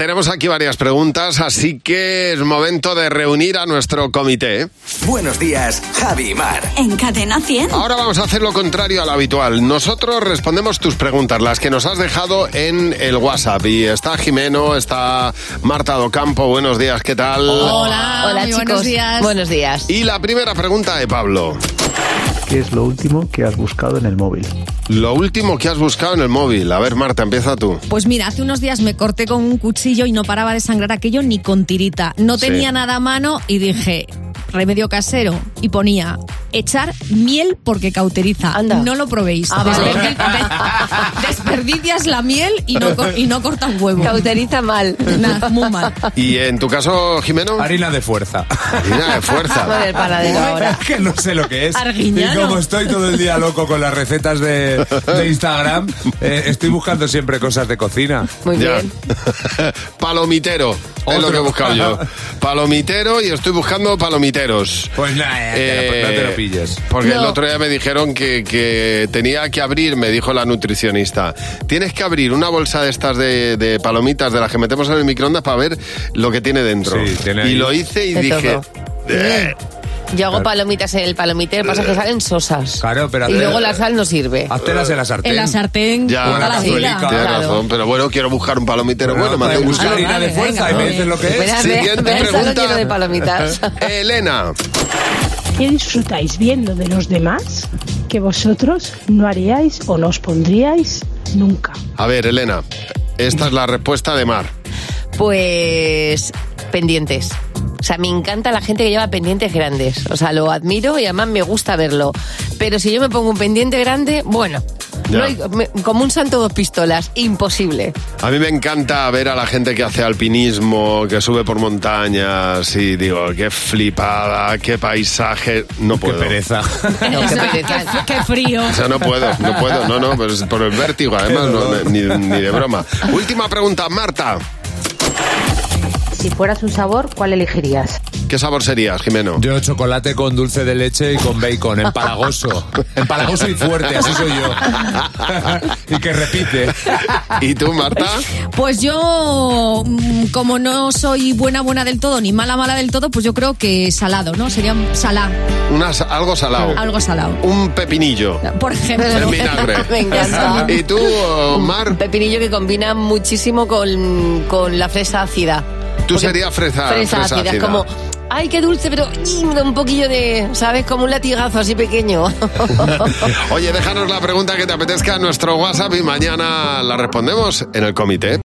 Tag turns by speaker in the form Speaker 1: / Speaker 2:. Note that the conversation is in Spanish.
Speaker 1: Tenemos aquí varias preguntas, así que es momento de reunir a nuestro comité.
Speaker 2: Buenos días, Javi y Mar.
Speaker 3: En Cadena 100.
Speaker 1: Ahora vamos a hacer lo contrario a lo habitual. Nosotros respondemos tus preguntas, las que nos has dejado en el WhatsApp. Y está Jimeno, está Marta Docampo. Buenos días, ¿qué tal?
Speaker 4: Hola,
Speaker 5: Hola,
Speaker 4: muy
Speaker 5: chicos.
Speaker 4: buenos días.
Speaker 5: Buenos días.
Speaker 1: Y la primera pregunta de Pablo.
Speaker 6: ¿Qué es lo último que has buscado en el móvil?
Speaker 1: Lo último que has buscado en el móvil. A ver, Marta, empieza tú.
Speaker 4: Pues mira, hace unos días me corté con un cuchillo y no paraba de sangrar aquello ni con tirita. No
Speaker 1: Sí.
Speaker 4: tenía nada a mano y dije, remedio casero. Y ponía, echar miel porque cauteriza.
Speaker 5: Anda.
Speaker 4: No lo probéis.
Speaker 5: Ah, vale.
Speaker 4: Desperdi- Desperdicias la miel y no, co- y no corta un huevo.
Speaker 5: Cauteriza mal.
Speaker 4: Nah, muy mal.
Speaker 1: ¿Y en tu caso, Jimeno?
Speaker 7: Harina de fuerza.
Speaker 1: Harina de
Speaker 5: Con el
Speaker 1: fuerza.
Speaker 5: panadero ahora.
Speaker 7: que no sé lo que es.
Speaker 4: Arguiñano.
Speaker 7: Y como estoy todo el día loco con las recetas de, de Instagram, eh, estoy buscando siempre cosas de cocina.
Speaker 5: Muy
Speaker 1: Ya.
Speaker 5: bien.
Speaker 1: Palomitero. Es lo
Speaker 7: Otro.
Speaker 1: que he buscado yo. Palomitero y estoy buscando palomiteros.
Speaker 7: Pues nah, eh, no te lo pilles.
Speaker 1: Porque el
Speaker 4: No.
Speaker 1: otro día me dijeron que, que tenía que abrir, me dijo la nutricionista, tienes que abrir una bolsa de estas de, de palomitas de las que metemos en el microondas para ver lo que tiene dentro.
Speaker 7: Sí, tiene
Speaker 1: y
Speaker 7: ahí-
Speaker 1: lo hice y
Speaker 5: De
Speaker 1: dije... "Eh,
Speaker 5: todo. Yo hago palomitas en el palomitero, pasa que salen sosas.
Speaker 7: Eh, Claro, pero Ah,
Speaker 5: Y
Speaker 7: hacer-
Speaker 5: luego la sal no sirve.
Speaker 7: Haztelas en la sartén.
Speaker 4: En la sartén,
Speaker 1: Ya,
Speaker 4: toda la
Speaker 7: Tienes
Speaker 4: vida.
Speaker 1: tienes
Speaker 5: claro.
Speaker 1: razón, pero bueno, quiero buscar un palomitero. Bueno,
Speaker 7: Bueno,
Speaker 1: me
Speaker 7: pues
Speaker 1: hace
Speaker 7: busca
Speaker 1: ilusión.
Speaker 7: harina de
Speaker 4: Vale,
Speaker 7: fuerza
Speaker 4: venga,
Speaker 7: y me
Speaker 4: vale.
Speaker 7: dices lo que es.
Speaker 5: Espera,
Speaker 1: Siguiente
Speaker 5: espera, está
Speaker 1: pregunta.
Speaker 5: lleno de palomitas.
Speaker 1: Elena,
Speaker 8: ¿Qué disfrutáis viendo de los demás que vosotros no haríais o no os pondríais nunca?
Speaker 1: a ver, Elena, esta es la respuesta de Mar.
Speaker 5: Pues pendientes. O sea, me encanta la gente que lleva pendientes grandes. O sea, lo admiro y además me gusta verlo. Pero si yo me pongo un pendiente grande, bueno,
Speaker 1: Ya.
Speaker 5: no hay- me- como un santo dos pistolas, imposible.
Speaker 1: A mí me encanta ver a la gente que hace alpinismo, que sube por montañas y digo, qué flipada, qué paisaje. No
Speaker 7: Qué
Speaker 1: puedo.
Speaker 7: pereza.
Speaker 5: No, qué
Speaker 4: O sea,
Speaker 5: pereza.
Speaker 4: qué- qué frío.
Speaker 1: O sea, no puedo, no puedo, no, no, pues por el vértigo, además,
Speaker 7: Qué
Speaker 1: no,
Speaker 7: dolor.
Speaker 1: ni, ni de broma. Última pregunta, Marta.
Speaker 9: Si fueras un sabor, ¿cuál elegirías?
Speaker 1: ¿Qué sabor serías, Jimeno?
Speaker 7: Yo chocolate con dulce de leche y con bacon, empalagoso. Empalagoso y fuerte, así soy yo. y que repite.
Speaker 1: ¿Y tú, Marta?
Speaker 4: Pues yo, mm, como no soy buena, buena del todo, ni mala, mala del todo, pues yo creo que salado, ¿no? Sería un salá,
Speaker 1: Una sa- algo salado.
Speaker 4: algo salado.
Speaker 1: Un pepinillo.
Speaker 4: Por
Speaker 1: En
Speaker 4: ejemplo.
Speaker 1: vinagre.
Speaker 5: Me encanta.
Speaker 1: ¿Y tú, Mar?
Speaker 5: Un Pepinillo que combina muchísimo con, con la fresa ácida.
Speaker 1: Tú
Speaker 5: Porque
Speaker 1: serías fresa-
Speaker 5: Fresa,
Speaker 1: fresa
Speaker 5: ácida,
Speaker 1: ácida.
Speaker 5: es como, ay, qué dulce, pero mm, un poquillo de, ¿sabes? Como un latigazo así pequeño.
Speaker 1: Oye, déjanos la pregunta que te apetezca en nuestro WhatsApp y mañana la respondemos en el comité.